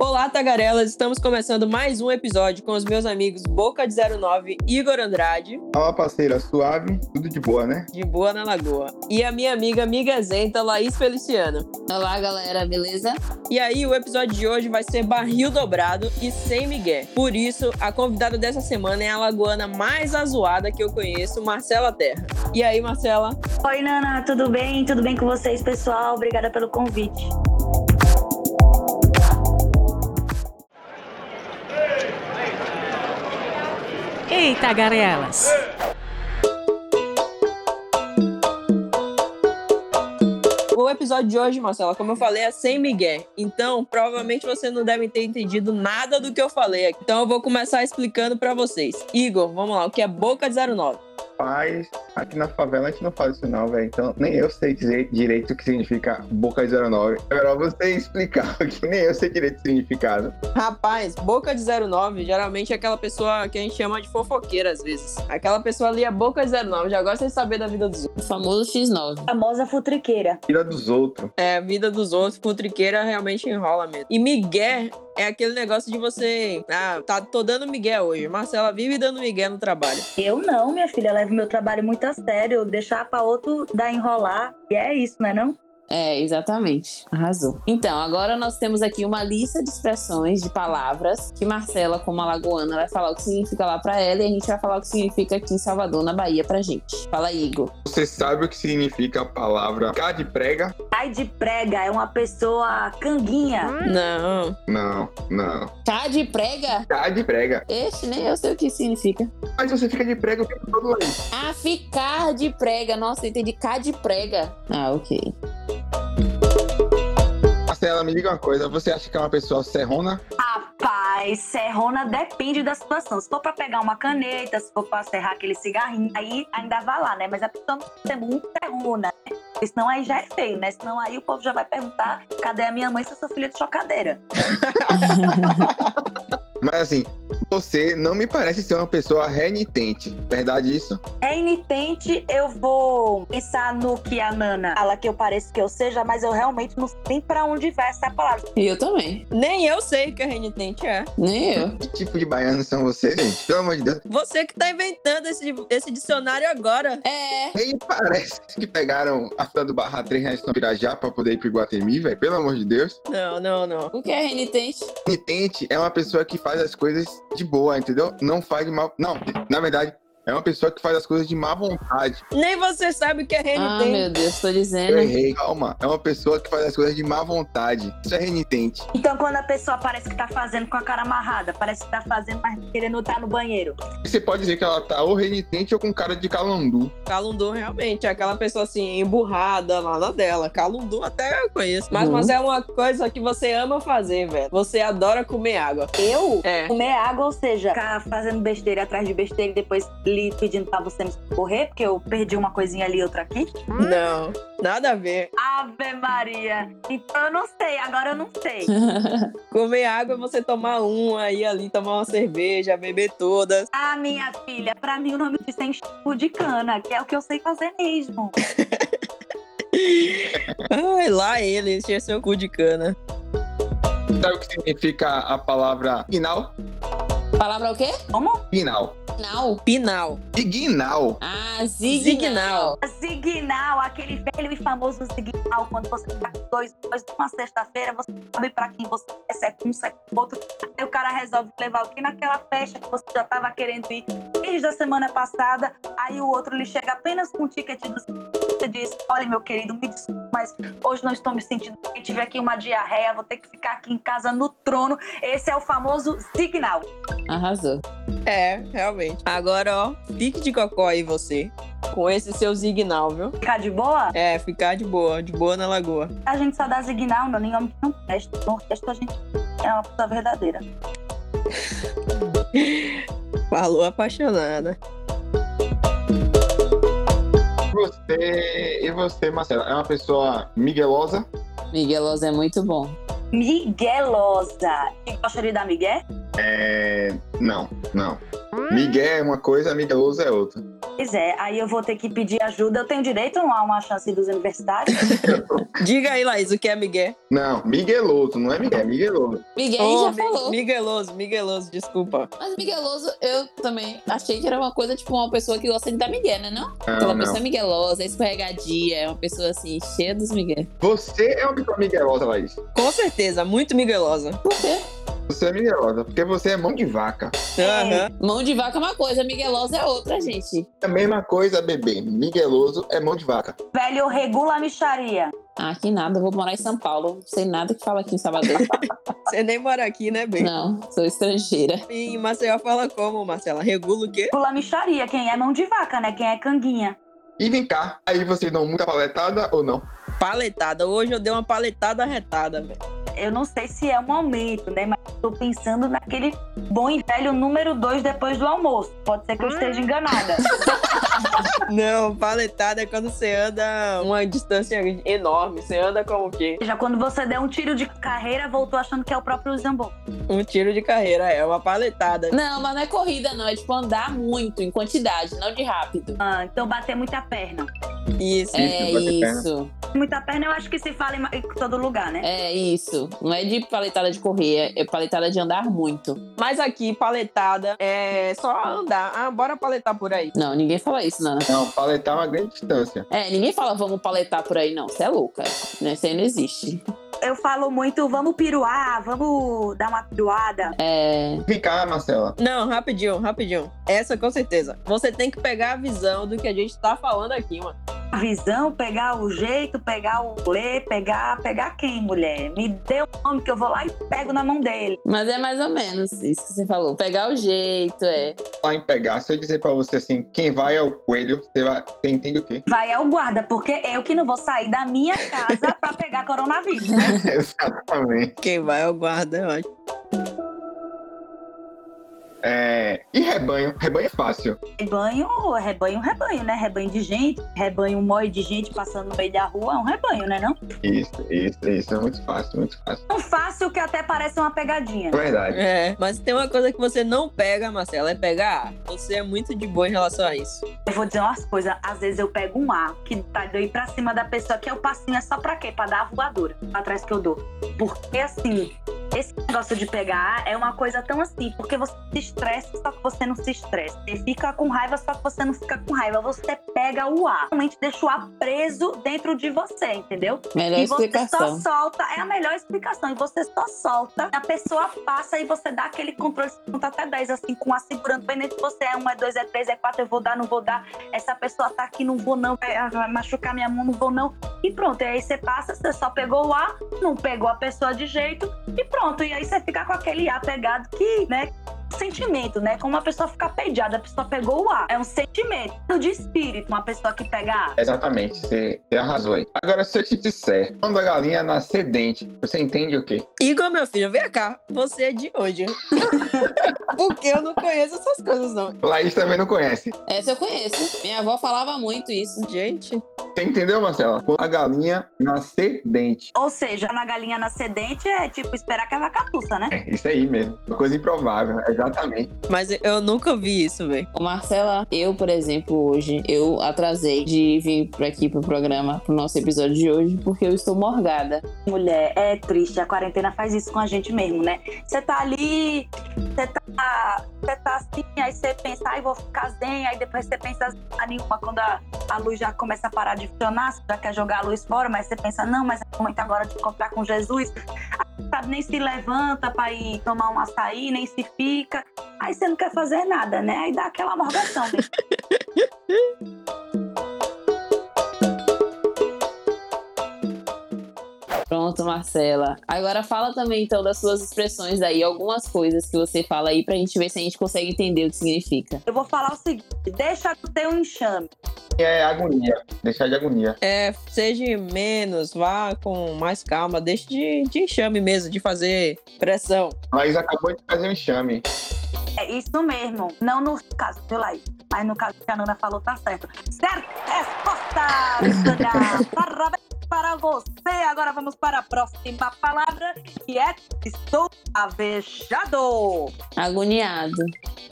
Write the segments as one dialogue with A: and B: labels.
A: Olá, tagarelas! Estamos começando mais um episódio com os meus amigos Boca de 09, Igor Andrade,
B: Fala, parceira, suave, tudo de boa, né?
A: de Boa na Lagoa, e a minha amiga migazenta Laís Feliciano.
C: Olá, galera, beleza?
A: E aí, o episódio de hoje vai ser barril dobrado e sem migué. Por isso, a convidada dessa semana é a lagoana mais azoada que eu conheço, Marcela Terra. E aí, Marcela?
D: Oi, Nana, tudo bem? Tudo bem com vocês, pessoal? Obrigada pelo convite.
E: Ei, tagarelas!
A: O episódio de hoje, Marcela, como eu falei, é sem migué. Então, provavelmente você não deve ter entendido nada do que eu falei aqui. Então, eu vou começar explicando pra vocês. Igor, vamos lá, o que é Boca de 09?
B: Paz, aqui na favela a gente não faz isso não, velho. Então, nem eu sei dizer direito o que significa Boca de 09. É melhor você explicar, que nem eu sei direito o significado.
A: Rapaz, Boca de 09 geralmente é aquela pessoa que a gente chama de fofoqueira às vezes. Aquela pessoa ali é Boca de 09, já gosta de saber da vida dos outros.
C: O famoso X9.
D: Famosa futriqueira.
B: Tira dos outros.
A: É, a vida dos outros, putriqueira realmente enrola mesmo. E migué é aquele negócio de você. Ah, tá, tô dando migué hoje. Marcela vive dando migué no trabalho.
D: Eu não, minha filha, levo meu trabalho muito a sério, deixar pra outro dar enrolar. E é isso, não é não?
C: É, exatamente. Arrasou. Então, agora nós temos aqui uma lista de expressões, de palavras, que Marcela, como alagoana, vai falar o que significa lá pra ela e a gente vai falar o que significa aqui em Salvador, na Bahia, pra gente. Fala, aí, Igor.
B: Você sabe o que significa a palavra K de prega?
D: Ai de prega, é uma pessoa canguinha.
A: Não.
B: Não, não.
C: Tá de prega?
B: K de prega.
C: Este nem eu sei o que significa.
B: Mas você fica de prega o tempo todo aí.
C: Ah, ficar de prega. Nossa, eu entendi. Cá de prega. Ah, ok.
B: Marcela, me diga uma coisa. Você acha que é uma pessoa serrona?
D: Rapaz, serrona depende da situação. Se for pra pegar uma caneta, se for pra serrar aquele cigarrinho, aí ainda vai lá, né? Mas a pessoa não pode ser muito serrona, né? Porque senão aí já é feio, né? Senão aí o povo já vai perguntar: cadê a minha mãe se eu sou filha de chocadeira?
B: Mas assim, você não me parece ser uma pessoa renitente. Verdade isso?
D: Renitente, É eu vou pensar no que a Nana fala que eu pareço que eu seja, mas eu realmente não sei nem pra onde vai essa palavra.
C: E eu também.
A: Nem eu sei o que a renitente é.
C: Nem eu.
B: Que tipo de baiano são vocês, gente? Pelo amor de Deus.
A: Você que tá inventando esse, esse dicionário agora.
C: É.
B: Nem parece que pegaram a fila do Barra 3 reais no Pirajá pra poder ir pro Iguatemi, velho. Pelo amor de Deus.
A: Não, não, não.
C: O que é renitente?
B: Renitente é uma pessoa que faz as coisas de boa, entendeu? Não faz de mal. Não, na verdade, é uma pessoa que faz as coisas de má vontade.
A: Nem você sabe o que é
C: Ah,
A: renitente.
C: meu Deus, tô
B: Eu
C: dizendo.
B: errei. Calma. É uma pessoa que faz as coisas de má vontade. Isso é renitente.
D: Então, quando a pessoa parece que tá fazendo com a cara amarrada, parece que tá fazendo, mas querendo estar no banheiro.
B: E Você pode dizer que ela tá ou renitente ou com cara de calandu.
A: Calundu realmente é aquela pessoa assim, emburrada lá na dela. Calundu até eu conheço. Mas,
C: Uhum.
A: mas é uma coisa que você ama fazer, velho. Você adora comer água.
D: Eu?
A: É.
D: Comer água, ou seja, ficar fazendo besteira atrás de besteira e depois lhe pedindo pra você me socorrer, porque eu perdi uma coisinha ali e outra aqui.
A: Não, nada a ver.
D: Ave Maria! Então eu não sei, agora eu não sei.
A: Comer água é você tomar uma, ir ali tomar uma cerveja, beber todas.
D: Ah, minha filha, pra mim o nome disso é enxugo de cana, que é o que eu sei fazer mesmo.
A: Ai, lá ele, esse seu cu de cana.
B: Sabe o que significa a palavra guinal?
C: Palavra o quê?
D: Como?
B: Guinal.
C: Não.
A: Pinal.
B: E guinal
C: Ah, Zignal.
D: Signal, aquele velho e famoso signal, quando você tá com dois, dois numa sexta-feira, você não sabe pra quem você é, se é com um, se é com outro. Aí o cara resolve levar alguém naquela festa que você já tava querendo ir desde a semana passada, aí o outro lhe chega apenas com um ticket do Signal. você diz, olha meu querido, me desculpe, mas hoje não estou me sentindo bem, tive aqui uma diarreia, vou ter que ficar aqui em casa no trono. Esse é o famoso signal.
C: Arrasou.
A: É, realmente. Agora, ó, fique de cocó aí você. Com esse seu signal, viu?
D: Ficar de boa?
A: É, ficar de boa, de boa na lagoa.
D: A gente só dá signal, não, nem homem que não presta. No resto a gente é uma pessoa verdadeira.
A: Falou apaixonada.
B: E você, e você, Marcela, é uma pessoa miguelosa?
C: Migueloso é muito bom.
D: Miguelosa. Você gosta de dar migué?
B: É. Não, não. Miguel é uma coisa, migueloso é outra.
D: Pois é, aí eu vou ter que pedir ajuda. Eu tenho direito a uma chance dos universitários?
A: Diga aí, Laís, o que é Miguel?
B: Não, Migueloso, não é Miguel, é Migueloso.
C: Miguel
A: Ô,
C: já
A: Mi-
C: falou.
A: Migueloso, Migueloso, desculpa.
C: Mas Migueloso, eu também achei que era uma coisa, tipo, uma pessoa que gosta de dar Miguel, né? Não?
B: Não,
C: Aquela
B: não.
C: pessoa miguelosa, é escorregadia, é uma pessoa assim, cheia dos Miguel.
B: Você é uma pessoa miguelosa, Laís.
A: Com certeza, muito Miguelosa.
C: Por quê?
B: Você é miguelosa, porque você é mão de vaca.
C: É.
A: Aham.
C: Mão de vaca é uma coisa, miguelosa é outra, gente.
B: É a mesma coisa, bebê. Migueloso é mão de vaca.
D: Velho, regula a micharia.
C: Ah, que nada, eu vou morar em São Paulo, não sei nada que fala aqui em Salvador.
A: Você nem mora aqui, né, bem?
C: não, sou estrangeira.
A: E Marcela fala como, Marcela? Regula o quê?
D: Regula a micharia. Quem é mão de vaca, né? Quem é canguinha.
B: E vem cá, aí vocês dão muita paletada ou não?
A: Paletada. Hoje eu dei uma paletada retada, velho.
D: Eu não sei se é um aumento, né? Mas tô pensando naquele bom e velho número dois depois do almoço. Pode ser que eu esteja enganada.
A: Não, paletada é quando você anda uma distância enorme. Você anda como o quê?
D: Já quando você der um tiro de carreira, voltou achando que é o próprio Zambon.
A: Um tiro de carreira, é uma paletada.
C: Não, mas não é corrida, não. É tipo andar muito em quantidade, não de rápido.
D: Ah, então bater muita perna.
A: Isso.
C: É
B: bater perna.
C: isso,
D: Muita perna eu acho que se fala em ma- em todo lugar, né?
C: é isso. Não é de paletada de correr, é paletada de andar muito.
A: Mas aqui, paletada é só andar. Ah, bora paletar por aí.
C: Não, ninguém fala isso, Nana.
B: Não, paletar é uma grande distância.
C: É, ninguém fala vamos paletar por aí, não. Você é louca. né? Isso aí não existe.
D: Eu falo muito, vamos piruar, vamos dar uma piruada.
C: É.
B: Vem cá, Marcela.
A: Não, rapidinho, rapidinho. Essa com certeza. Você tem que pegar a visão do que a gente tá falando aqui, mano.
D: Visão, pegar o jeito, pegar o ler, pegar, pegar quem, mulher? Me dê um nome que eu vou lá e pego na mão dele.
C: Mas é mais ou menos isso que você falou. Pegar o jeito, é.
B: Lá em pegar, se eu dizer pra você assim, quem vai é o coelho, você, vai, você entende o quê?
D: Vai ao guarda, porque eu que não vou sair da minha casa pra pegar coronavírus. né?
B: Exatamente.
A: Quem vai é o guarda, eu acho.
B: É... E rebanho? Rebanho é fácil.
D: Rebanho, rebanho, rebanho, né? Rebanho de gente, rebanho mói de gente passando no meio da rua, é um rebanho, né não?
B: Isso, isso, isso. É muito fácil, muito fácil.
D: Tão fácil que até parece uma pegadinha.
B: É verdade.
A: É. Mas tem uma coisa que você não pega, Marcela, é pegar ar. Você é muito de boa em relação a isso.
D: Eu vou dizer umas coisas, às vezes eu pego um ar que tá daí pra cima da pessoa, que é o passinho, é só pra quê? Pra dar a voadora atrás que eu dou. Porque assim, esse negócio de pegar ar é uma coisa tão assim, porque você se estressa, só que você não se estressa. Você fica com raiva, só que você não fica com raiva. Você pega o ar, realmente deixa o ar preso dentro de você, entendeu?
C: Melhor
D: e você tá só
C: explicação.
D: solta, é a melhor explicação, e você só solta, a pessoa passa e você dá aquele controle, você conta até 10, assim, com a segurando bem dentro de você, é 1, é 2, é 3, é 4, eu vou dar, não vou dar, essa pessoa tá aqui, não vou não, vai vai machucar minha mão, não vou não, e pronto, e aí você passa, você só pegou o ar, não pegou a pessoa de jeito, e pronto, e aí você fica com aquele ar pegado que, né, sentimento, né, como uma pessoa fica pediada, a pessoa pegou o ar, é um sentimento de espírito, uma pessoa que pega ar.
B: Exatamente, você você arrasou aí. Agora, se eu te disser, quando a galinha nascer dente, você entende o quê?
A: Igor, meu filho, vem cá. Você é de onde? Porque eu não conheço essas coisas, não.
B: Laís também não conhece.
C: Essa eu conheço. Minha avó falava muito isso.
A: Gente,
B: Você entendeu, Marcela? Quando a galinha nascer dente.
D: Ou seja, na galinha nascedente é tipo esperar que a vaca tussa, né?
B: É, isso aí mesmo. Uma coisa improvável, exatamente.
A: mas eu nunca vi isso, velho.
C: Ô, Marcela, eu, por exemplo, hoje, eu atrasei de vir pra aqui pro programa, pro nosso episódio de hoje, porque eu estou morgada.
D: Mulher, é triste. A quarentena faz isso com a gente mesmo, né? Você tá ali, você tá, você tá assim, aí você pensa, ai, vou ficar zen. Aí depois você pensa, a nenhuma, quando a, a luz já começa a parar de funcionar, você já quer jogar a luz fora, mas você pensa, não, mas é muito agora de encontrar com Jesus. Aí, sabe, nem se levanta pra ir tomar um açaí, nem se fica. Aí você não quer fazer nada, né? Aí dá aquela né? morgação mesmo.
C: Pronto, Marcela. Agora fala também, então, das suas expressões aí, algumas coisas que você fala aí pra gente ver se a gente consegue entender o que significa.
D: Eu vou falar o seguinte: deixa de ter um enxame.
B: É agonia. Deixar de agonia.
A: É, seja menos, vá com mais calma, deixe de, de enxame mesmo, de fazer pressão.
B: Laís acabou de fazer um enxame.
D: É isso mesmo. Não no caso do Laís, mas no caso que a Nana falou, tá certo. Certa resposta, Luciana! Parabéns! para você. Agora vamos para a próxima palavra, que é estou avexado.
C: Agoniado.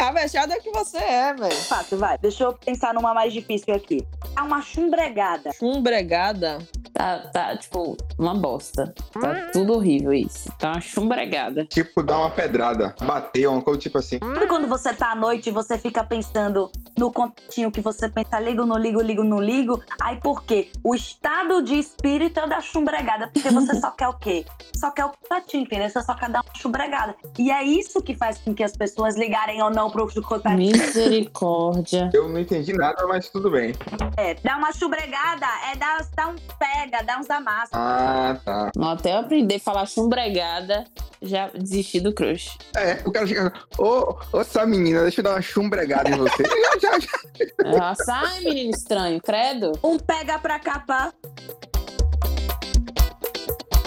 A: Avexado é o que você é, velho.
D: Fácil, vai. Deixa eu pensar numa mais difícil aqui. É uma chumbregada.
A: Chumbregada.
C: Tá, tá, tipo, uma bosta. Tá tudo horrível isso. Tá uma chumbregada.
B: Tipo, dar uma pedrada, bater, uma coisa tipo assim.
D: Sabe quando você tá à noite e você fica pensando no continho que você pensa, ligo, não ligo, ligo, não ligo? Aí por quê? O estado de espírito é da chumbregada, porque você só quer o quê? Só quer o contatinho, entendeu? Você só quer dar uma chumbregada. E é isso que faz com que as pessoas ligarem ou não pro contatinho.
C: Misericórdia.
B: Eu não entendi nada, mas tudo bem.
D: É, dar uma chumbregada é dar, dar um pega, dar uns amassos.
B: Ah, tá.
C: Não, até eu aprender a falar chumbregada, já desisti do crush.
B: É, o cara chega. Ô, ô, essa menina, deixa eu dar uma chumbregada em você. já, já, já.
C: Ela sai, menino estranho, credo.
D: Um pega pra capar.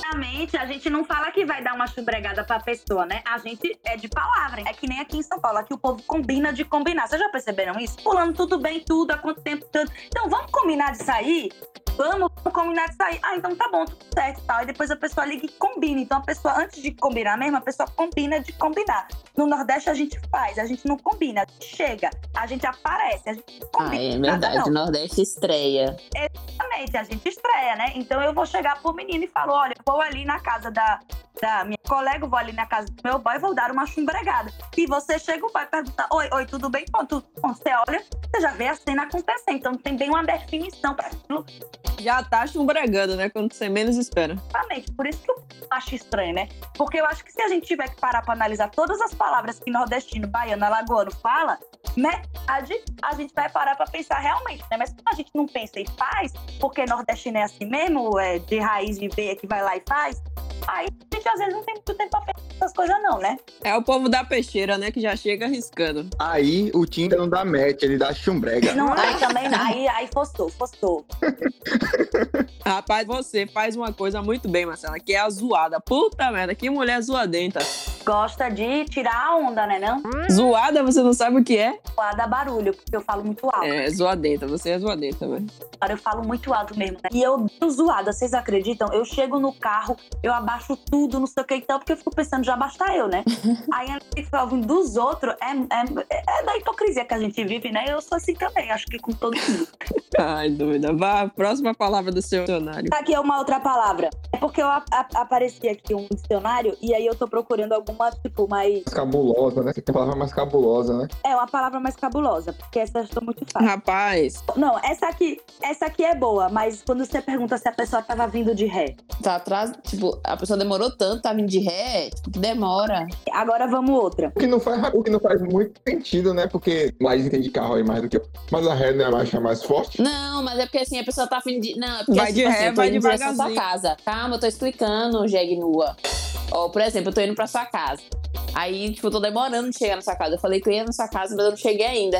D: Realmente, a gente não fala que vai dar uma chubregada pra pessoa, né? A gente é de palavra. É que nem aqui em São Paulo, aqui o povo combina de combinar. Vocês já perceberam isso? Pulando tudo bem, tudo, há quanto tempo, tanto. Então, vamos combinar de sair? Vamos, vamos combinar de sair. Ah, então tá bom, tudo certo e tal. E depois a pessoa liga e combina. Então, a pessoa, antes de combinar mesmo, a pessoa combina de combinar. No Nordeste, a gente faz, a gente não combina. chega, a gente aparece, a gente
C: Ah,
D: combina.
C: é
D: nada não.
C: verdade. Nordeste estreia.
D: Exatamente, a gente estreia, né? Então eu vou chegar pro menino e falo: olha, eu vou ali na casa da, da minha colega, eu vou ali na casa do meu boy, vou dar uma chumbregada. E você chega, o pai pergunta: oi, oi, tudo bem? Bom, tudo bom? Você olha, você já vê a cena acontecer. Então tem bem uma definição pra aquilo.
A: Já tá chumbregando, né? Quando você menos espera.
D: Exatamente, por isso que eu acho estranho, né? Porque eu acho que se a gente tiver que parar pra analisar todas as palavras que nordestino, baiano, alagoano fala, metade a gente vai parar pra pensar realmente, né? Mas como a gente não pensa e faz, porque nordestino é assim mesmo, é de raiz de veia que vai lá e faz, aí a gente às vezes não tem muito tempo pra pensar essas coisas não, né?
A: É o povo da peixeira, né? Que já chega arriscando.
B: Aí o Tinder não dá match, ele dá chumbrega.
D: Não, aí também, aí, aí forçou, forçou.
A: Rapaz, você faz uma coisa muito bem, Marcela, que é a zoada. Puta merda, que mulher zoadenta.
D: Gosta de tirar a onda, né, não?
A: Zoada, você não sabe o que é?
D: Lá dá barulho, porque eu falo muito alto.
A: É, zoadenta. Você é zoadenta, velho.
D: Cara, eu falo muito alto mesmo, né? E eu dou zoada, vocês acreditam? Eu chego no carro, eu abaixo tudo, não sei o que e tal, porque eu fico pensando, já basta eu, né? Aí a gente fica ouvindo dos outros, é, é, é da hipocrisia que a gente vive, né? Eu sou assim também, acho que com todo mundo.
A: Ai, dúvida. Vá, próxima palavra do seu dicionário.
D: Aqui é uma outra palavra. É porque eu a- a- apareci aqui um dicionário e aí eu tô procurando alguma, tipo, mais.
B: Mais cabulosa, né? Tem palavra mais cabulosa, né?
D: É, uma palavra mais cabulosa, porque essas estão muito fáceis.
A: Rapaz,
D: Não, essa aqui, essa aqui é boa, mas quando você pergunta se a pessoa tava vindo de ré.
C: Tá atrás, tipo, a pessoa demorou tanto, tá vindo de ré, tipo, que demora.
D: Agora vamos outra.
B: O que não faz, o que não faz muito sentido, né? Porque mais entende carro aí mais do que eu. Mas a ré não é a marcha mais forte.
C: Não, mas é porque assim, a pessoa tá afim de. Não, é porque
A: Vai
C: assim,
A: de
C: tipo,
A: ré,
C: assim, eu tô
A: vai
C: indo em direção à sua
A: devagarzinho.
C: casa. Calma, eu tô explicando, jegue nua. Ou, por exemplo, eu tô indo pra sua casa. Aí, tipo, eu tô demorando de chegar na sua casa. Eu falei que eu ia na sua casa, mas eu não cheguei ainda.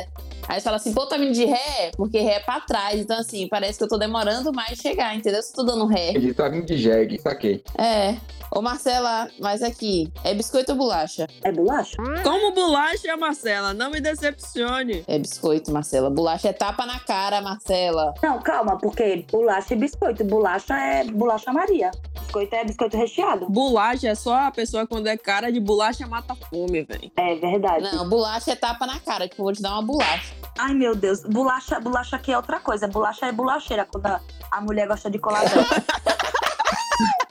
C: Aí você fala assim, pô, tá vindo de ré? Porque ré é pra trás. Então, assim, parece que eu tô demorando mais de chegar, entendeu? Se eu tô dando ré.
B: Ele tá vindo de jegue, saquei.
C: É. Ô, Marcela, mas aqui, é biscoito ou bolacha?
D: É bolacha?
A: como bolacha, Marcela, não me decepcione.
C: É biscoito, Marcela. Bolacha é tapa na cara, Marcela.
D: Não, calma, porque bolacha é biscoito. Bolacha é bolacha Maria. Biscoito é biscoito recheado.
A: Bolacha é só a pessoa quando é cara de bolacha mata fome, velho.
D: É verdade.
C: Não, bolacha é tapa na cara. Tipo, eu vou te dar uma bolacha.
D: Ai, meu Deus. Bolacha, bolacha aqui é outra coisa. Bolacha é bolacheira, quando a, a mulher gosta de coladão.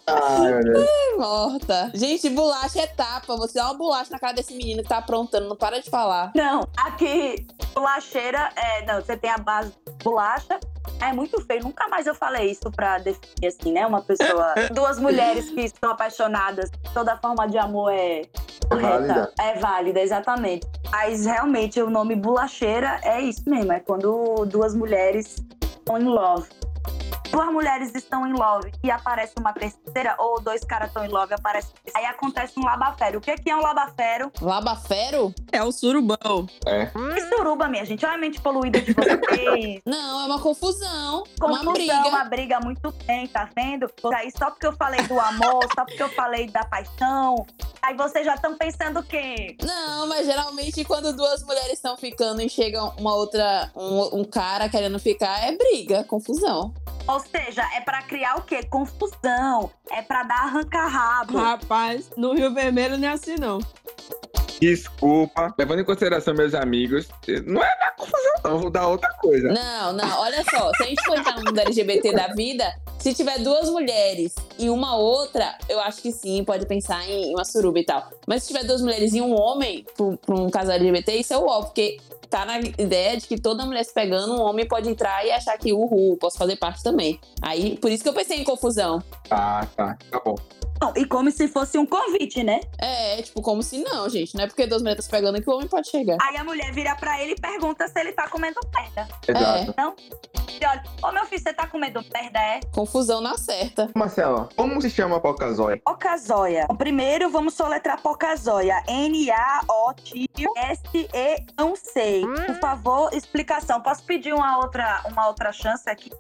B: Ah, meu Deus.
C: Ai, Morta. Gente, bolacha é tapa. Você dá uma bolacha na cara desse menino que tá aprontando. Não para de falar.
D: não, aqui, bolacheira é. Não, você tem a base de bolacha. É muito feio. Nunca mais eu falei isso pra definir, assim, né? Uma pessoa. Duas mulheres que estão apaixonadas. Toda forma de amor é.
B: Válida.
D: Correta. É válida, exatamente. Mas realmente o nome bolacheira é isso mesmo. É quando duas mulheres estão em love. Duas mulheres estão em love e aparece uma terceira, é ou dois caras estão em love e aparece. Aí acontece um labafero. O que, que é um labafero?
C: Labafero?
A: É o surubão.
B: É.
D: Que suruba, minha gente. Olha a mente poluída de vocês.
C: Não, é uma confusão.
D: Confusão,
C: uma briga.
D: uma briga muito bem, tá vendo? Aí só porque eu falei do amor, só porque eu falei da paixão. Aí vocês já estão pensando o quê?
C: Não, mas geralmente quando duas mulheres estão ficando e chega uma outra, um, um cara querendo ficar, é briga, confusão.
D: Ou seja, é pra criar o quê? Confusão. É pra dar arranca-rabo.
A: Rapaz, no Rio Vermelho não é assim, não.
B: Desculpa. Levando em consideração meus amigos, não é da confusão, não. Vou dar outra coisa.
C: Não, não, olha só, se a gente for entrar no mundo LGBT da vida, se tiver duas mulheres e uma outra, eu acho que sim, pode pensar em uma suruba e tal. Mas se tiver duas mulheres e um homem pra um- pra um casal LGBT, isso é o ó, porque tá na ideia de que toda mulher se pegando, um homem pode entrar e achar que, uhul, posso fazer parte também. Aí, por isso que eu pensei em confusão.
B: Tá, tá. Tá bom.
D: Não, E como se fosse um convite, né?
C: É, tipo, como se não, gente. Não é porque duas mulheres estão se pegando que o homem pode chegar.
D: Aí a mulher vira pra ele e pergunta se ele tá comendo merda.
B: Exato.
D: E olha, ô meu filho, você tá comendo merda, é?
C: Confusão na certa.
B: É. Marcela, como se chama a Pocazóia?
D: Pocazóia. Então, Primeiro vamos soletrar Pocazóia. N-A-O-T-S-E, não sei. Por favor, explicação. Posso pedir uma outra, uma outra chance aqui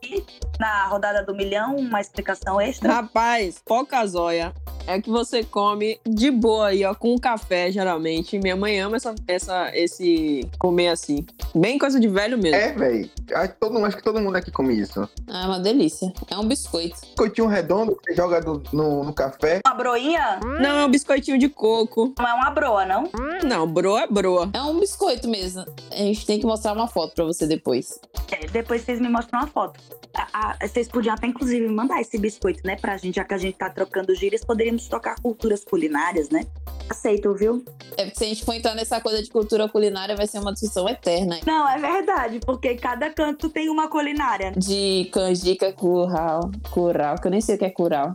D: na rodada do milhão? Uma explicação extra?
A: Rapaz, pouca zóia. É que você come de boa aí, ó, com café, geralmente. Minha mãe ama essa, essa, esse comer assim. Bem coisa de velho mesmo.
B: É, velho. Acho, que todo mundo- acho que todo mundo aqui come isso.
C: Ah, é uma delícia. É um biscoito.
B: Coitinho redondo que você joga no, no- no café.
D: Uma broinha?
A: Não, é um biscoitinho de coco.
D: Não é uma broa, não?
A: Não, broa é broa.
C: É um biscoito mesmo. A gente tem que mostrar uma foto pra você depois.
D: É, Depois vocês me mostram uma foto. Ah, ah, vocês podiam até, inclusive, me mandar esse biscoito, né? Pra gente, já que a gente tá trocando gírias, poderíamos trocar culturas culinárias, né? Aceito, viu?
C: É porque se a gente for entrar nessa coisa de cultura culinária, vai ser uma discussão eterna.
D: Não, é verdade, porque cada canto tem uma culinária.
C: De canjica, curral, curral, que eu nem sei o que é curral.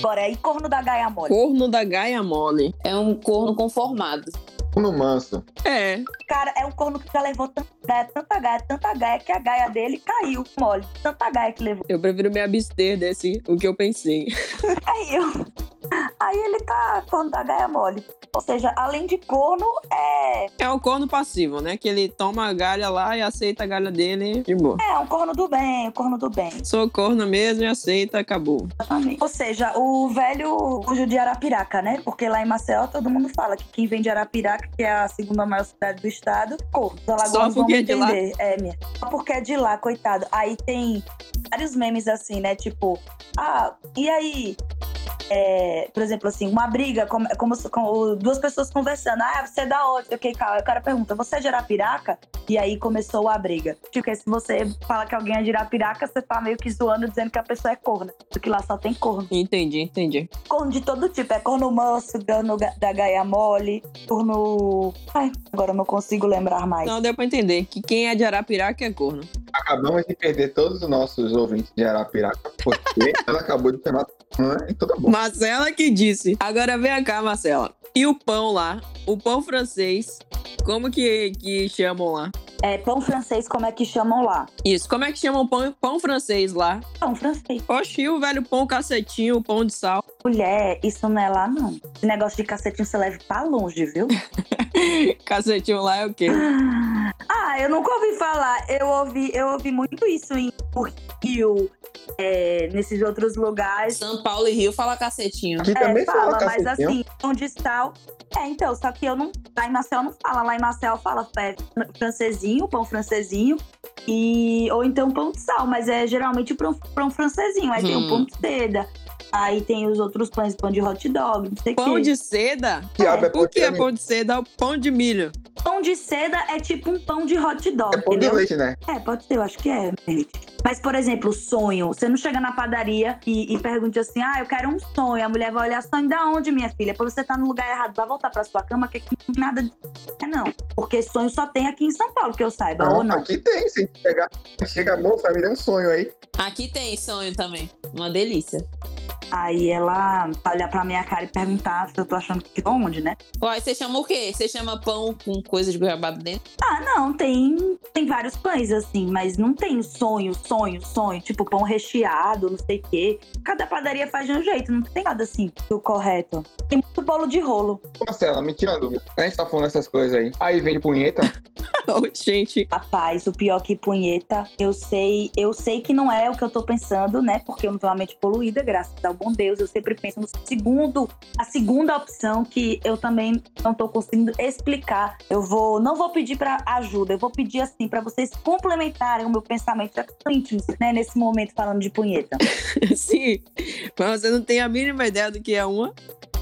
D: Bora aí, corno da Gaia Mole.
A: Corno da Gaia Mole.
C: É um corno conformado.
B: No manso.
A: É,
D: Cara, é um corno que já levou tanta gaia, tanta gaia, tanta gaia, que a gaia dele caiu, mole. Tanta gaia que levou.
A: eu prefiro me abster desse, o que eu pensei.
D: Aí, eu... aí ele tá corno da gaia mole. Ou seja, além de corno, é,
A: É o corno passivo, né? Que ele toma a galha lá e aceita a galha dele de boa.
D: é um corno do bem, um corno do bem.
A: Sou corno mesmo e aceita, acabou.
D: Exatamente. Ou seja, o velho cujo de Arapiraca, né? Porque lá em Maceió todo mundo fala que quem vem de Arapiraca, que é a segunda maior cidade do estado, corno. Os alagoanos
A: Só
D: vão
A: porque é de lá.
D: entender. É, minha. Só porque é de lá, coitado. Aí tem vários memes assim, né? Tipo, ah, e aí? É, por exemplo, assim, uma briga, como, como, se- com- duas pessoas conversando. Ah, você é da onde? Ok, cara. O cara pergunta, você é de Arapiraca? E aí começou a briga. Porque se você fala que alguém é de Arapiraca, você tá meio que zoando, dizendo que a pessoa é corna. Porque lá só tem corno.
A: Entendi, entendi.
D: Corno de todo tipo. É corno manso, corno ga- da gaia mole, corno... Ai, agora eu não consigo lembrar mais.
A: Não, Então deu pra entender que quem é de Arapiraca é corno.
B: Acabamos de perder todos os nossos ouvintes de Arapiraca, porque ela acabou de chamar Hã? então tá bom.
A: Marcela que disse. Agora vem cá, Marcela. E o pão lá? O pão francês, como que, que chamam lá?
D: É, pão francês, como é que chamam lá?
A: Isso, como é que chamam pão, pão francês lá?
D: Pão francês.
A: Oxi, o velho pão cacetinho, o pão de sal.
D: Mulher, isso não é lá, não. Esse negócio de cacetinho você leve pra longe, viu?
A: Cacetinho lá é o quê?
D: Ah, eu nunca ouvi falar. Eu ouvi, eu ouvi muito isso em Rio, é, nesses outros lugares.
C: São Paulo e Rio fala cacetinho.
B: Aqui
D: É,
B: também
D: fala,
B: fala
D: mas
B: cacetinho.
D: assim, onde tal. É, então, só que eu não. Lá em Marcel não fala. Lá em Marcel fala é, francesinho, pão francesinho. E, ou então pão de sal, mas é geralmente pão, pão francesinho. Aí tem o
C: Hum.
D: pão de seda. Aí tem os outros pães, pão de hot dog, não sei o
A: Pão
D: quê.
A: de seda?
B: Diabo, é
A: O que é
B: pão de-
A: pão de seda? É o pão de milho.
D: Pão de seda é tipo um pão de hot dog,
B: É pão de
D: entendeu?
B: leite, né?
D: É, pode ser, eu acho que é. gente. Mas, por exemplo, sonho. Você não chega na padaria e, e pergunta assim, ah, eu quero um sonho. A mulher vai olhar sonho da onde, minha filha? Pra você tá no lugar errado, vai voltar pra sua cama, que aqui não tem nada de... É não, porque sonho só tem aqui em São Paulo, que eu saiba, ou não.
B: Então, Aqui tem, se pegar. Chega a moça, me deu um sonho aí.
C: Aqui tem sonho também. Uma delícia.
D: Aí ela vai olhar pra minha cara e perguntar se eu tô achando que tô onde, né?
C: Uai, você chama o quê? Você chama pão com coisa de goiabada dentro?
D: Ah, não, tem, tem vários pães, assim, mas não tem sonho, sonho, sonho. Tipo, pão recheado, não sei o quê. Cada padaria faz de um jeito, não tem nada assim do correto. Tem muito bolo de rolo.
B: Marcela, me tira uma dúvida. A gente tá falando essas coisas aí. Aí vem punheta?
A: Ô, gente,
D: Rapaz, o pior que punheta, eu sei, eu sei que não é o que eu tô pensando, né? Porque eu não tenho uma mente poluída, graças ao bom Deus. Eu sempre penso no segundo, a segunda opção que eu também não tô conseguindo explicar. Eu vou, não vou pedir pra ajuda, eu vou pedir assim pra vocês complementarem o meu pensamento já que são íntimos, né, nesse momento falando de punheta.
A: sim. Mas você não tem a mínima ideia do que é uma.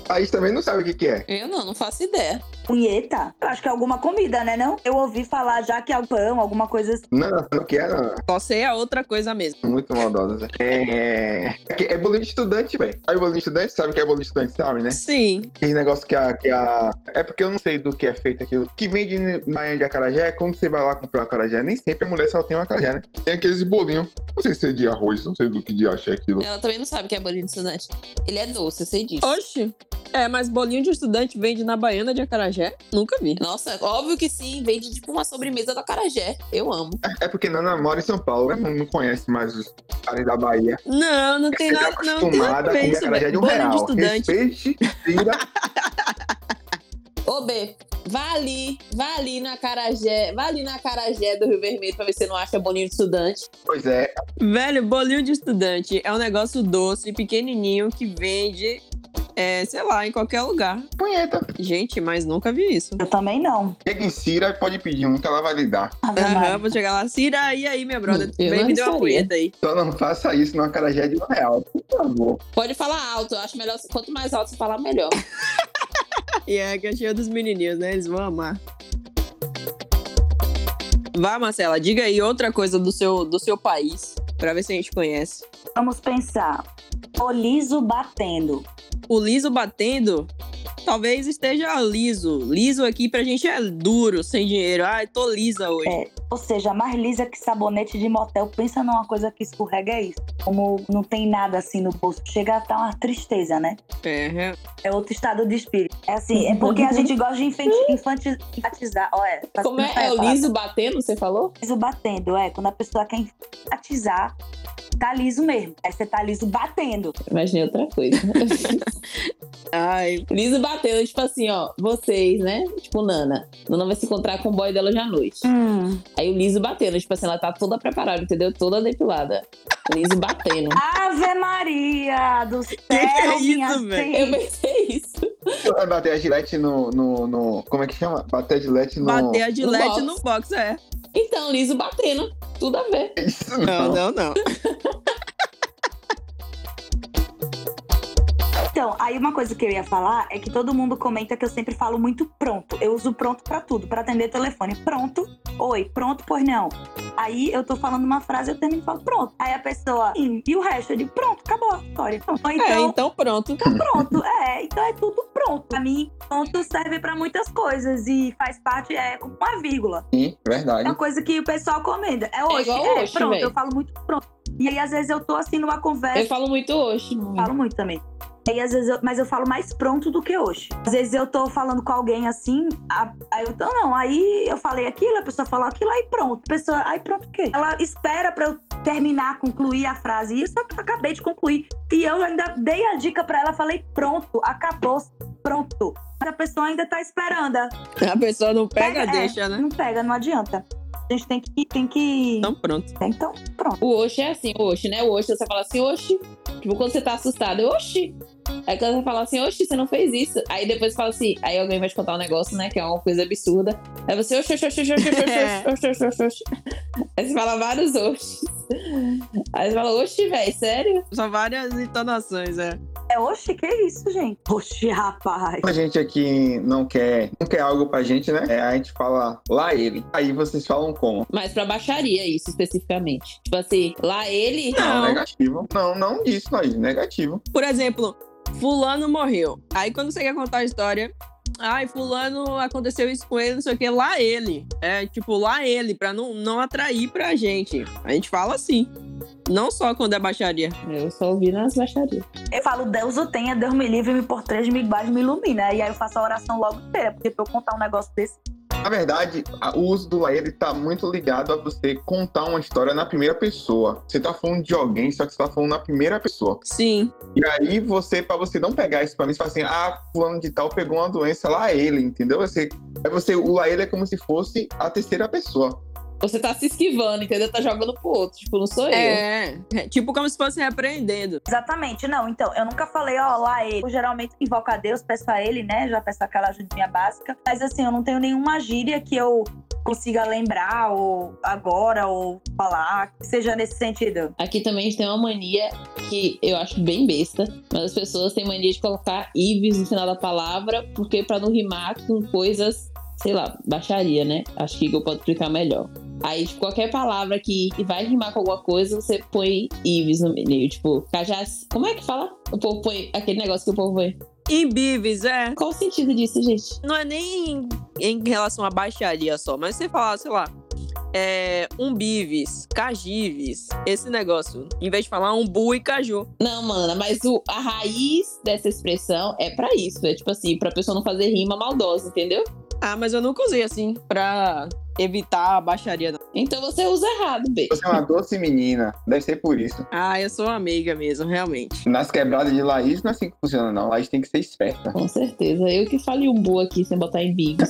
B: Thaís também não sabe o que que é.
C: Eu não, não faço ideia.
D: Punheta? Eu acho que é alguma comida, né, não? Eu ouvi falar já que é o pão, alguma coisa assim.
B: Não, não, não quer, não.
A: Só sei a outra coisa mesmo.
B: Muito maldosa. É. É, que é bolinho de estudante, velho. Aí bolinho de estudante, sabe o que é bolinho de estudante, sabe, né?
A: Sim.
B: Aquele negócio que a, que a. É porque eu não sei do que é feito aquilo. Que vende na de acarajé, quando você vai lá comprar o acarajé, nem sempre a mulher só tem uma acarajé, né? Tem aqueles bolinhos. Não sei se é de arroz, não sei do que de acha é aquilo.
C: Ela também não sabe o que é bolinho de estudante. Ele é doce, eu sei disso.
A: Oxe. É, mas bolinho de estudante vende na Baiana de Acarajé? Nunca vi.
C: Nossa, óbvio que sim, vende tipo uma sobremesa da Carajé. Eu amo.
B: É porque Nana mora em São Paulo, né? não, não conhece mais os caras da Bahia.
A: Não, não tem
B: Você tá
A: nada. Não, não tem nada a
B: acostumada a
A: ver
B: comer
A: isso,
B: acarajé de
A: velho.
B: um
A: Bolinho de
B: real.
A: estudante.
B: Respeite, tira
C: Ô, B, vá ali, vá ali na Carajé, vá ali na Carajé do Rio Vermelho pra ver se você não acha bolinho de estudante.
B: Pois é,
A: Velho, bolinho de estudante é um negócio doce, pequenininho, que vende, é, sei lá, em qualquer lugar.
B: punheta.
A: Gente, mas nunca vi isso.
D: Eu também não. Ah,
B: Chega em Cira e pode pedir um que ela vai lhe dar.
D: Ave
A: Aham,
D: Maria.
A: vou chegar lá. Cira, e aí, minha brother?
C: Hum, eu
A: Vem
C: não
A: me deu uma
C: arriscaria.
A: punheta aí.
B: Só não faça isso numa acarajé de um real, por favor.
C: Pode falar alto, eu acho melhor, quanto mais alto você falar, melhor.
A: E é a questão dos menininhos, né? Eles vão amar. Vá, Marcela, diga aí outra coisa do seu, do seu país, pra ver se a gente conhece.
D: Vamos pensar. O liso batendo.
A: O liso batendo, talvez esteja liso. Liso aqui pra gente é duro, sem dinheiro. Ai, tô lisa hoje.
D: É. Ou seja, mais lisa que sabonete de motel. Pensa numa coisa que escorrega é isso. Como não tem nada assim no bolso. Chega a estar uma tristeza, né?
A: É, é.
D: É outro estado de espírito. É assim, é porque a gente gosta de infanti- infanti- enfatizar. Olha, tá
C: Como
D: certo,
C: é? É o
D: falar.
C: liso batendo, você falou?
D: Liso batendo, é. Quando a pessoa quer enfatizar, tá liso mesmo. Aí você tá liso batendo.
C: Imaginei outra coisa.
A: Ai,
C: liso batendo, tipo assim, ó, vocês, né? Tipo, Nana. Nana vai se encontrar com o boy dela hoje à noite. Aí o liso batendo, tipo assim, ela tá toda preparada, entendeu? Toda depilada. Liso batendo.
D: Ave Maria do céu,
A: é isso,
D: minha
A: velho?
C: Eu
D: filha.
C: pensei isso.
B: Vai bater a gilete no, no, no- Como é que chama? Bater a gilete no.
A: Bater a gilete
C: box.
A: no box, é.
C: Então, liso batendo. Tudo a ver.
B: Isso
A: Não,
B: não.
A: não, não.
D: Então, aí uma coisa que eu ia falar é que todo mundo comenta que eu sempre falo muito pronto. Eu uso pronto pra tudo, pra atender telefone. Pronto, oi, pronto, pois não. Aí eu tô falando uma frase, eu termino e falo pronto. Aí a pessoa, "Sim, e o resto? Eu digo, pronto, acabou a história. Ou
A: É,
D: então,
A: então pronto.
D: fica pronto. É, então é tudo pronto. Pra mim, pronto serve pra muitas coisas e faz parte, é como uma vírgula.
B: Sim, verdade.
D: É uma coisa que o pessoal comenta. É hoje,
C: igual
D: é,
C: oxe,
D: pronto,
C: véi.
D: eu falo muito pronto. E aí, às vezes, eu tô assim numa
C: Eu
D: conversa,
C: falo muito hoje.
D: eu falo muito também. E aí, às vezes, eu- mas eu falo mais pronto do que hoje. Às vezes eu tô falando com alguém assim, a- aí eu tô, não, aí eu falei aquilo, a pessoa falou aquilo, aí pronto. A pessoa, aí pronto o quê? Ela espera pra eu terminar, concluir a frase. E eu só acabei de concluir. E eu ainda dei a dica pra ela, falei pronto, acabou, pronto. Mas a pessoa ainda tá esperando.
A: A pessoa não pega,
D: é,
A: deixa, né?
D: Não pega, não adianta. A gente tem que, tem que
A: Então pronto.
D: então, pronto.
C: O Oxi é assim, Oxi, né? O Oxi, você fala assim, Oxi. Tipo, quando você tá assustado, eu, Oxi. Aí quando você fala assim, Oxi, você não fez isso. Aí depois você fala assim, aí alguém vai te contar um negócio, né? Que é uma coisa absurda. Aí você, Oxi, Oxi, Oxi, Oxi, Oxi, Oxi, Oxi, Oxi, Oxi, Oxi. Aí você fala vários Oxis. Aí você fala, Oxi, velho, sério?
A: São várias entonações, é.
D: É oxe, que isso, gente? Oxe, rapaz.
B: Quando a gente aqui não quer, não quer algo pra gente, né? É, a gente fala lá ele. Aí vocês falam como?
C: Mas pra baixaria isso especificamente. Tipo assim, lá ele.
A: Não.
B: Ah, Negativo. Não, não disso, nós. Negativo.
A: Por exemplo, fulano morreu. Aí quando você quer contar a história, ai, fulano aconteceu isso com ele, não sei o que, lá ele. É tipo, lá ele, pra não, não atrair pra gente. A gente fala assim. Não só quando é baixaria.
C: Eu só ouvi nas baixarias.
D: Eu falo, Deus o tenha, Deus me livre, me porteja, me guarde, me ilumina. E aí eu faço a oração logo inteira, porque pra eu contar um negócio desse,
B: Na verdade, a- o uso do laê ele tá muito ligado a você contar uma história na primeira pessoa. Você tá falando de alguém, só que você tá falando na primeira pessoa.
A: Sim.
B: E aí você, pra você não pegar isso pra mim, você fala assim, ah, fulano de tal pegou uma doença lá ele, entendeu? Você, aí você, o lá ele é como se fosse a terceira pessoa.
C: Você tá se esquivando, entendeu? Tá jogando pro outro. Tipo, não sou eu.
A: É. é. Tipo como se fosse repreendendo.
D: Exatamente, não. Então, eu nunca falei, ó, lá é ele. Eu geralmente invoco a Deus, peço a ele, né? Já peço aquela ajudinha básica. Mas assim, eu não tenho nenhuma gíria que eu consiga lembrar, ou agora, ou falar, que seja nesse sentido.
C: Aqui também a gente tem uma mania que eu acho bem besta, mas as pessoas têm mania de colocar ives no final da palavra, porque pra não rimar com coisas, sei lá, baixaria, né? Acho que Igor pode explicar melhor. Aí, tipo, qualquer palavra que vai rimar com alguma coisa, você põe ives no meio. Tipo, cajás. Como é que fala? O povo põe aquele negócio que o povo põe.
A: Imbives, é.
C: Qual o sentido disso, gente?
A: Não é nem em, em relação à baixaria só, mas você falar, sei lá. É, umbives, cajives, esse negócio. Em vez de falar umbu e caju.
C: Não, mana, mas o, a raiz dessa expressão é pra isso. É tipo assim, pra pessoa não fazer rima maldosa, entendeu?
A: Ah, mas eu nunca usei assim pra evitar a baixaria, não.
C: Então você usa errado, B.
B: Você é uma doce menina, deve ser por isso.
A: Ah, eu sou amiga mesmo, realmente.
B: Nas quebradas de Laís não é assim que funciona, não. Laís tem que ser esperta.
C: Com certeza. Eu que falei um bu aqui sem botar em bigos.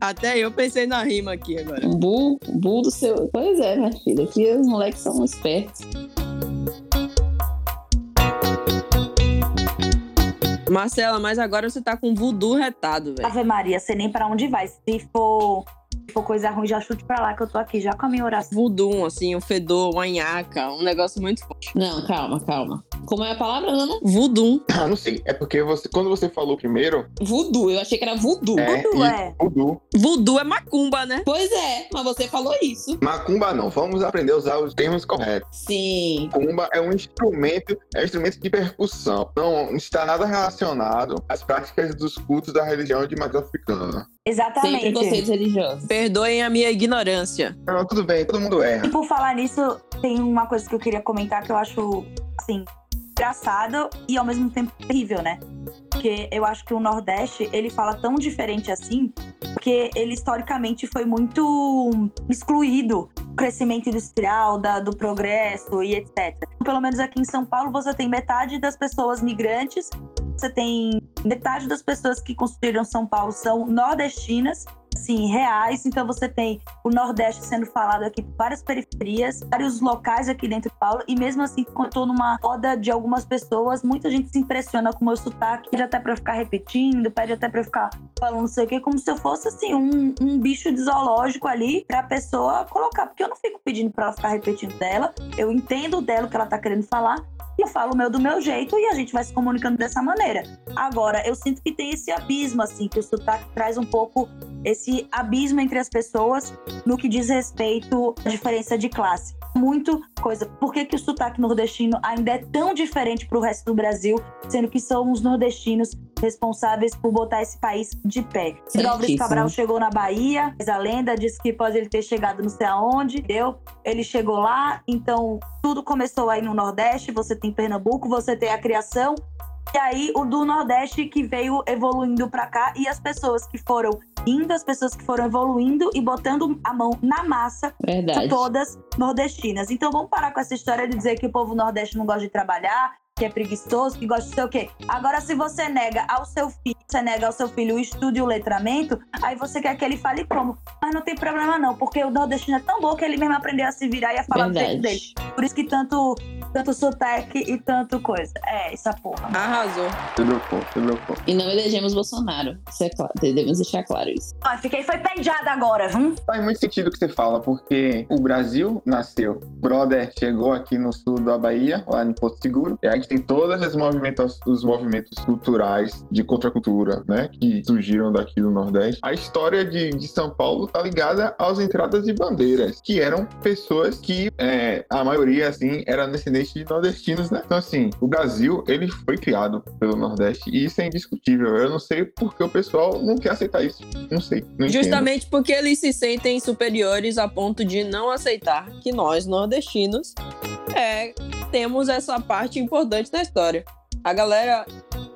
A: Até eu pensei na rima aqui agora.
C: um bu, um bu do seu. Pois é, minha filha. Aqui os moleques são espertos.
A: Marcela, mas agora você tá com voodoo retado, velho.
D: Ave Maria, sei nem pra onde vai. Se for, se for coisa ruim, já chute pra lá que eu tô aqui, já com a minha oração.
A: Voodoo, assim, um fedor, uma nhaca, um negócio muito forte.
C: Não, calma, calma. Como é a palavra, Ana?
A: Voodoo.
B: Ah, não sei. É porque você, quando você falou primeiro,
C: Voodoo. Eu achei que era voodoo.
B: é,
D: Voodoo,
B: e
D: é.
B: voodoo.
A: Voodoo é macumba, né?
C: Pois é, mas você falou isso.
B: Macumba não. Vamos aprender a usar os termos corretos.
C: Sim.
B: Macumba é um instrumento, é um instrumento de percussão. Não está nada relacionado às práticas dos cultos da religião de matriz africana.
C: Sem
D: Exatamente.
C: preconceitos religiosos.
A: Perdoem a minha ignorância.
B: Não, tudo bem, todo mundo erra.
D: E por falar nisso, tem uma coisa que eu queria comentar que eu acho, assim, engraçado e ao mesmo tempo terrível, né? Porque eu acho que o Nordeste, ele fala tão diferente assim, porque ele historicamente foi muito excluído do crescimento industrial, da- do progresso e etc. Pelo menos aqui em São Paulo, você tem metade das pessoas migrantes, você tem metade das pessoas que construíram São Paulo são nordestinas, assim, reais. Então você tem o Nordeste sendo falado aqui por várias periferias, vários locais aqui dentro de Paulo, e mesmo assim, quando eu tô numa roda de algumas pessoas, muita gente se impressiona com o meu sotaque, pede até pra eu ficar repetindo, pede até pra eu ficar falando não sei o quê, como se eu fosse, assim, um, um bicho de zoológico ali pra pessoa colocar, porque eu não fico pedindo pra ela ficar repetindo dela, eu entendo dela o que ela tá querendo falar, e eu falo o meu do meu jeito e a gente vai se comunicando dessa maneira. Agora, eu sinto que tem esse abismo, assim, que o sotaque traz um pouco esse abismo entre as pessoas no que diz respeito à diferença de classe. Muito coisa. Por que, que o sotaque nordestino ainda é tão diferente pro resto do Brasil, sendo que são os nordestinos responsáveis por botar esse país de pé? Clóvis
C: Certíssimo.
D: Cabral chegou na Bahia, mas a lenda diz que após ele ter chegado não sei aonde, entendeu? Ele chegou lá, então tudo começou aí no Nordeste, você tem Pernambuco, você tem a criação. E aí, o do Nordeste que veio evoluindo pra cá e as pessoas que foram indo, as pessoas que foram evoluindo e botando a mão na massa, são
C: Verdade.
D: todas nordestinas. Então vamos parar com essa história de dizer que o povo nordeste não gosta de trabalhar, que é preguiçoso, que gosta de sei o quê. Agora, se você nega ao seu filho, você nega ao seu filho o estudo e o letramento, aí você quer que ele fale como. Mas não tem problema, não, porque o nordestino é tão bom que ele mesmo aprendeu a se virar e a falar do jeito dele.
C: Verdade.
D: Por isso que tanto, tanto sotaque e tanto coisa. É, essa porra.
A: Arrasou.
B: Você dropou, você dropou.
C: E não elegemos Bolsonaro. Isso é claro. Devemos deixar claro isso.
D: Ah, fiquei foi penteada agora, viu?
B: Faz muito sentido o que você fala, porque o Brasil nasceu. Brother chegou aqui no sul da Bahia, lá em Porto Seguro, e a gente tem todos os movimentos, os movimentos culturais de contracultura, né, que surgiram daqui do Nordeste. A história de, de São Paulo tá ligada às entradas de bandeiras, que eram pessoas que é, a maioria, assim, era descendente de nordestinos, né? Então, assim, o Brasil, ele foi criado pelo Nordeste, e isso é indiscutível. Eu não sei porque o pessoal não quer aceitar isso. Não sei. Não entendo.
A: Justamente porque eles se sentem superiores a ponto de não aceitar que nós, nordestinos, é, temos essa parte importante da história. A galera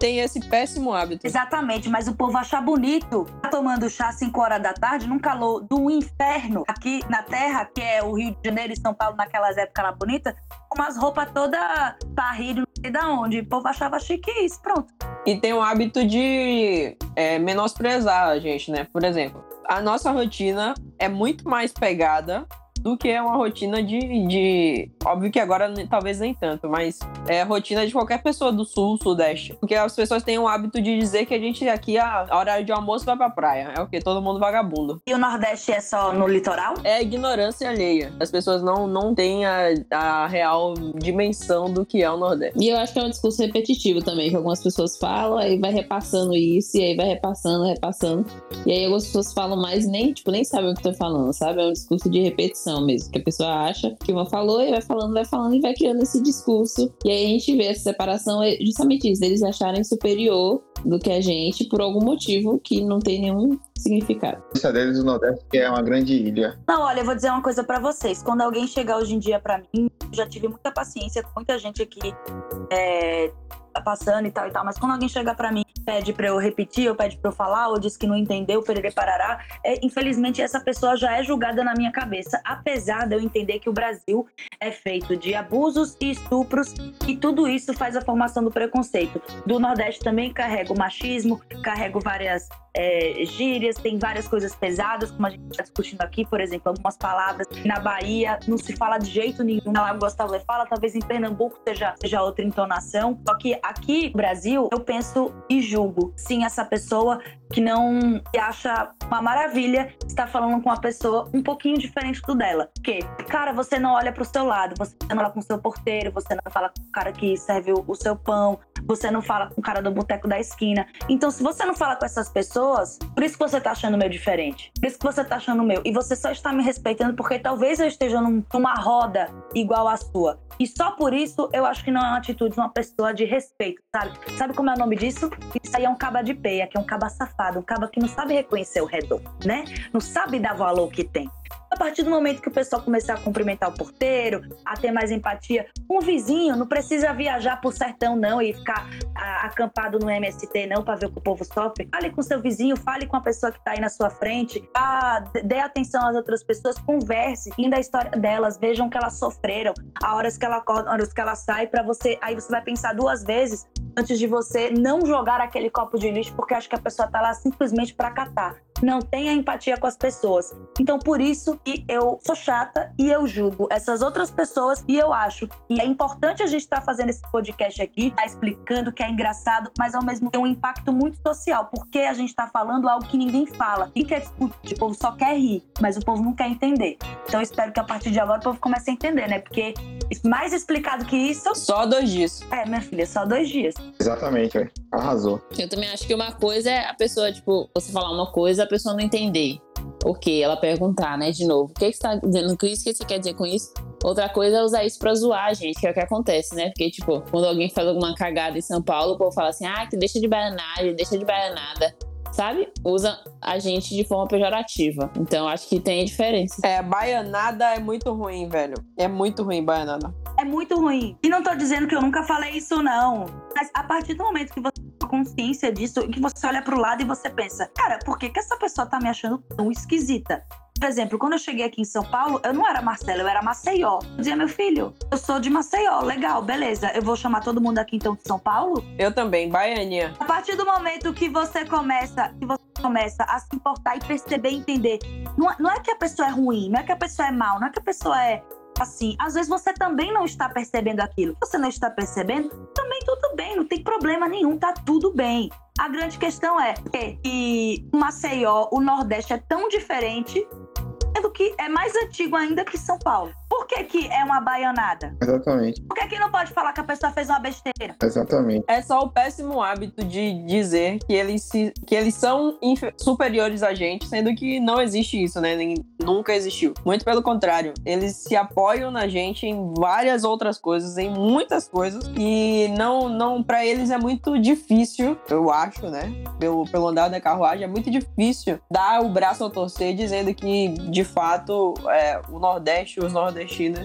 A: tem esse péssimo hábito.
D: Exatamente, mas o povo achar bonito tá tomando chá às 5 horas da tarde num calor do inferno aqui na terra, que é o Rio de Janeiro e São Paulo naquelas épocas lá bonitas, com umas roupas toda parrida, não sei da onde. O povo achava chique isso, pronto.
A: E tem o hábito de é, menosprezar a gente, né? Por exemplo, a nossa rotina é muito mais pegada do que é uma rotina de, de. Óbvio que agora ne- talvez nem tanto, mas é a rotina de qualquer pessoa do sul, sudeste. Porque as pessoas têm o hábito de dizer que a gente aqui, a a horário de almoço, vai pra praia. É o que? Todo mundo vagabundo.
D: E o Nordeste é só no litoral?
A: É a ignorância alheia. As pessoas não, não têm a, a real dimensão do que é o Nordeste.
C: E eu acho que é um discurso repetitivo também, que algumas pessoas falam, aí vai repassando isso, e aí vai repassando, repassando. E aí algumas pessoas falam mais e nem, tipo, nem sabem o que estão falando, sabe? É um discurso de repetição mesmo, que a pessoa acha que uma falou e vai falando, vai falando e vai criando esse discurso. E aí a gente vê essa separação, é justamente isso, eles acharem superior do que a gente por algum motivo que não tem nenhum significado.
B: Isso deles, o Nordeste é uma grande ilha.
D: Não, olha, eu vou dizer uma coisa pra vocês. Quando alguém chegar hoje em dia pra mim, eu já tive muita paciência com muita gente aqui é, tá passando e tal e tal, mas quando alguém chegar pra mim, pede pra eu repetir, ou pede pra eu falar, ou diz que não entendeu, perere parará, é, infelizmente essa pessoa já é julgada na minha cabeça, apesar de eu entender que o Brasil é feito de abusos e estupros e tudo isso faz a formação do preconceito. Do Nordeste também carrega o machismo, carrega várias é, gírias, tem várias coisas pesadas, como a gente está discutindo aqui, por exemplo, algumas palavras que na Bahia não se fala de jeito nenhum, na Lagoa Gustavo fala, talvez em Pernambuco seja, seja outra entonação. Só que aqui no Brasil, eu penso e julgo, sim, essa pessoa que não se acha uma maravilha está falando com uma pessoa um pouquinho diferente do dela. Porque, cara, você não olha pro seu lado, você não fala com o seu porteiro, você não fala com o cara que serve o- o seu pão, você não fala com o cara do boteco da esquina. Então, se você não fala com essas pessoas, por isso que você tá achando o meu diferente. Por isso que você tá achando o meu. E você só está me respeitando porque talvez eu esteja num- numa roda igual à sua. E só por isso eu acho que não é uma atitude de uma pessoa de respeito, sabe? Sabe como é o nome disso? Isso aí é um caba de peia, que é um caba safado, um caba que não sabe reconhecer o redor, né? Não sabe dar valor que tem. A partir do momento que o pessoal começar a cumprimentar o porteiro, a ter mais empatia, um vizinho não precisa viajar pro sertão, não, e ficar a- acampado no MST, não, para ver o que o povo sofre. Fale com seu vizinho, fale com a pessoa que tá aí na sua frente. Ah, d- dê atenção às outras pessoas, converse, linda a história delas, vejam o que elas sofreram, a horas que ela acorda, a horas que ela sai, para você. Aí você vai pensar duas vezes antes de você não jogar aquele copo de lixo, porque acha que a pessoa tá lá simplesmente para catar. Não tenha empatia com as pessoas. Então, por isso que eu sou chata e eu julgo essas outras pessoas e eu acho e é importante a gente estar fazendo esse podcast aqui, tá explicando que é engraçado, mas ao mesmo tempo tem um impacto muito social, porque a gente tá falando algo que ninguém fala. Quem quer discutir? O povo só quer rir, mas o povo não quer entender. Então eu espero que a partir de agora o povo comece a entender, né? Porque mais explicado que isso.
A: Só dois dias.
D: É, minha filha, só dois dias.
B: Exatamente, velho. Arrasou.
C: Eu também acho que uma coisa é a pessoa, tipo, você falar uma coisa, a pessoa não entender. Ok, ela perguntar, né, de novo. O que, que você tá dizendo com isso? O que você quer dizer com isso? Outra coisa é usar isso pra zoar a gente, que é o que acontece, né? Porque, tipo, quando alguém faz alguma cagada em São Paulo, o povo fala assim, ah, que deixa de bananagem, deixa de bananada. Sabe? Usa a gente de forma pejorativa. Então, acho que tem diferença.
A: É, baianada é muito ruim, velho. É muito ruim, baianada.
D: É muito ruim. E não tô dizendo que eu nunca falei isso, não. Mas a partir do momento que você tem consciência disso, que você olha pro lado e você pensa, cara, por que, que essa pessoa tá me achando tão esquisita? Por exemplo, quando eu cheguei aqui em São Paulo, eu não era Marcela, eu era Maceió. Eu dizia, meu filho, eu sou de Maceió, legal, beleza. Eu vou chamar todo mundo aqui então de São Paulo?
A: Eu também, baianinha.
D: A partir do momento que você começa, que você começa a se importar e perceber e entender, não, é- não é que a pessoa é ruim, não é que a pessoa é mal, não é que a pessoa é assim. Às vezes você também não está percebendo aquilo. Você não está percebendo, também tudo bem, não tem problema nenhum, tá tudo bem. A grande questão é que e o Maceió, o Nordeste é tão diferente, sendo que é mais antigo ainda que São Paulo. Por que, que é uma baianada?
B: Exatamente,
D: Por que, que não pode falar que a pessoa fez uma besteira?
B: exatamente.
A: É só o péssimo hábito de dizer que eles, se, que eles são infe- superiores a gente, sendo que não existe isso, né? Nem- nunca existiu. Muito pelo contrário, eles se apoiam na gente em várias outras coisas, em muitas coisas, e não, não para eles é muito difícil, eu acho, né? Pelo, pelo andar da carruagem, é muito difícil dar o braço a torcer dizendo que, de fato, é, o Nordeste, os nordestinos,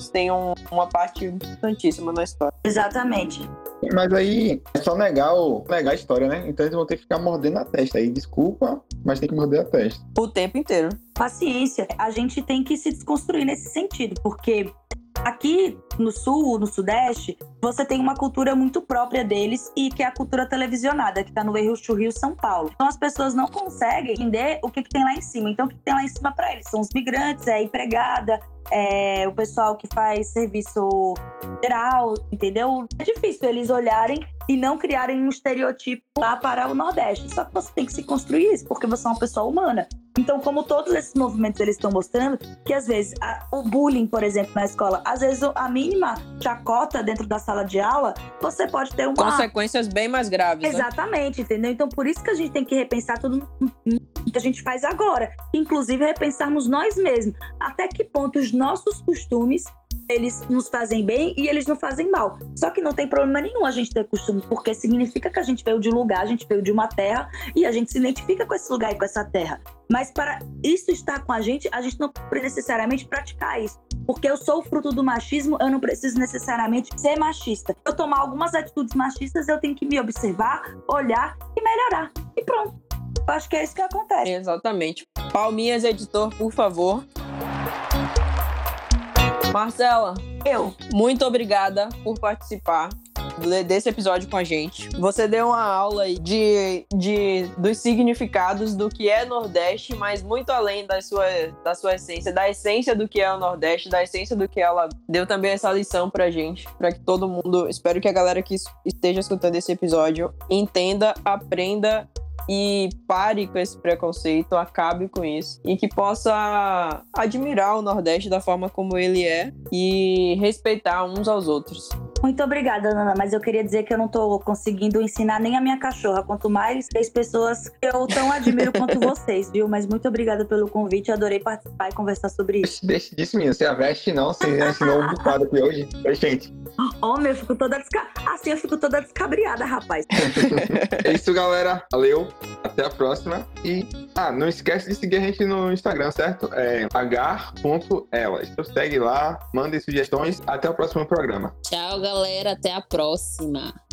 A: têm um- uma parte importantíssima na história.
D: Exatamente.
B: Mas aí é só negar, o- negar a história, né? Então eles vão ter que ficar mordendo a testa aí. Desculpa, mas tem que morder a testa.
A: O tempo inteiro.
D: paciência. A gente tem que se desconstruir nesse sentido, porque aqui no sul, no sudeste, você tem uma cultura muito própria deles e que é a cultura televisionada, que tá no Rio Chu Rio São Paulo. Então as pessoas não conseguem entender o que, que tem lá em cima. Então o que, que tem lá em cima para eles? São os migrantes, é a empregada, é o pessoal que faz serviço geral, entendeu? É difícil eles olharem e não criarem um estereotipo lá para o Nordeste. Só que você tem que se construir isso, porque você é uma pessoa humana. Então, como todos esses movimentos eles estão mostrando, que às vezes a- o bullying, por exemplo, na escola, às vezes o- a mínima chacota dentro da sala de aula, você pode ter uma.
A: Consequências bem mais graves. né?
D: Exatamente, entendeu? Então, por isso que a gente tem que repensar tudo que a gente faz agora. Inclusive, repensarmos nós mesmos. Até que ponto os nossos costumes, eles nos fazem bem e eles não fazem mal. Só que não tem problema nenhum a gente ter costume, porque significa que a gente veio de um lugar, a gente veio de uma terra e a gente se identifica com esse lugar e com essa terra. Mas para isso estar com a gente, a gente não precisa necessariamente praticar isso. Porque eu sou fruto do machismo, eu não preciso necessariamente ser machista. Eu tomar algumas atitudes machistas, eu tenho que me observar, olhar e melhorar. E pronto. Eu acho que é isso que acontece.
A: Exatamente. Palminhas, editor, por favor. Marcela,
D: Eu.
A: muito obrigada por participar de- desse episódio com a gente. Você deu uma aula aí de, de dos significados do que é Nordeste, mas muito além da sua, da sua essência, da essência do que é o Nordeste, da essência do que ela deu também essa lição pra gente, pra que todo mundo, espero que a galera que es- esteja escutando esse episódio entenda, aprenda e pare com esse preconceito, acabe com isso e que possa admirar o Nordeste da forma como ele é e respeitar uns aos outros.
D: Muito obrigada, Nana, mas eu queria dizer que eu não tô conseguindo ensinar nem a minha cachorra, quanto mais três pessoas que eu tão admiro quanto vocês, viu? Mas muito obrigada pelo convite, adorei participar e conversar sobre isso.
B: Deixa, deixa disso, menina. Você aveste não, você ensinou um bocado aqui hoje. Ô, Gente,
D: Homem, eu fico toda desca... assim, eu fico toda descabriada, rapaz.
B: é isso, galera. Valeu. Até a próxima. E, ah, não esquece de seguir a gente no Instagram, certo? É h.elas. Então segue lá, mandem sugestões. Até o próximo programa.
C: Tchau, galera. Até a próxima.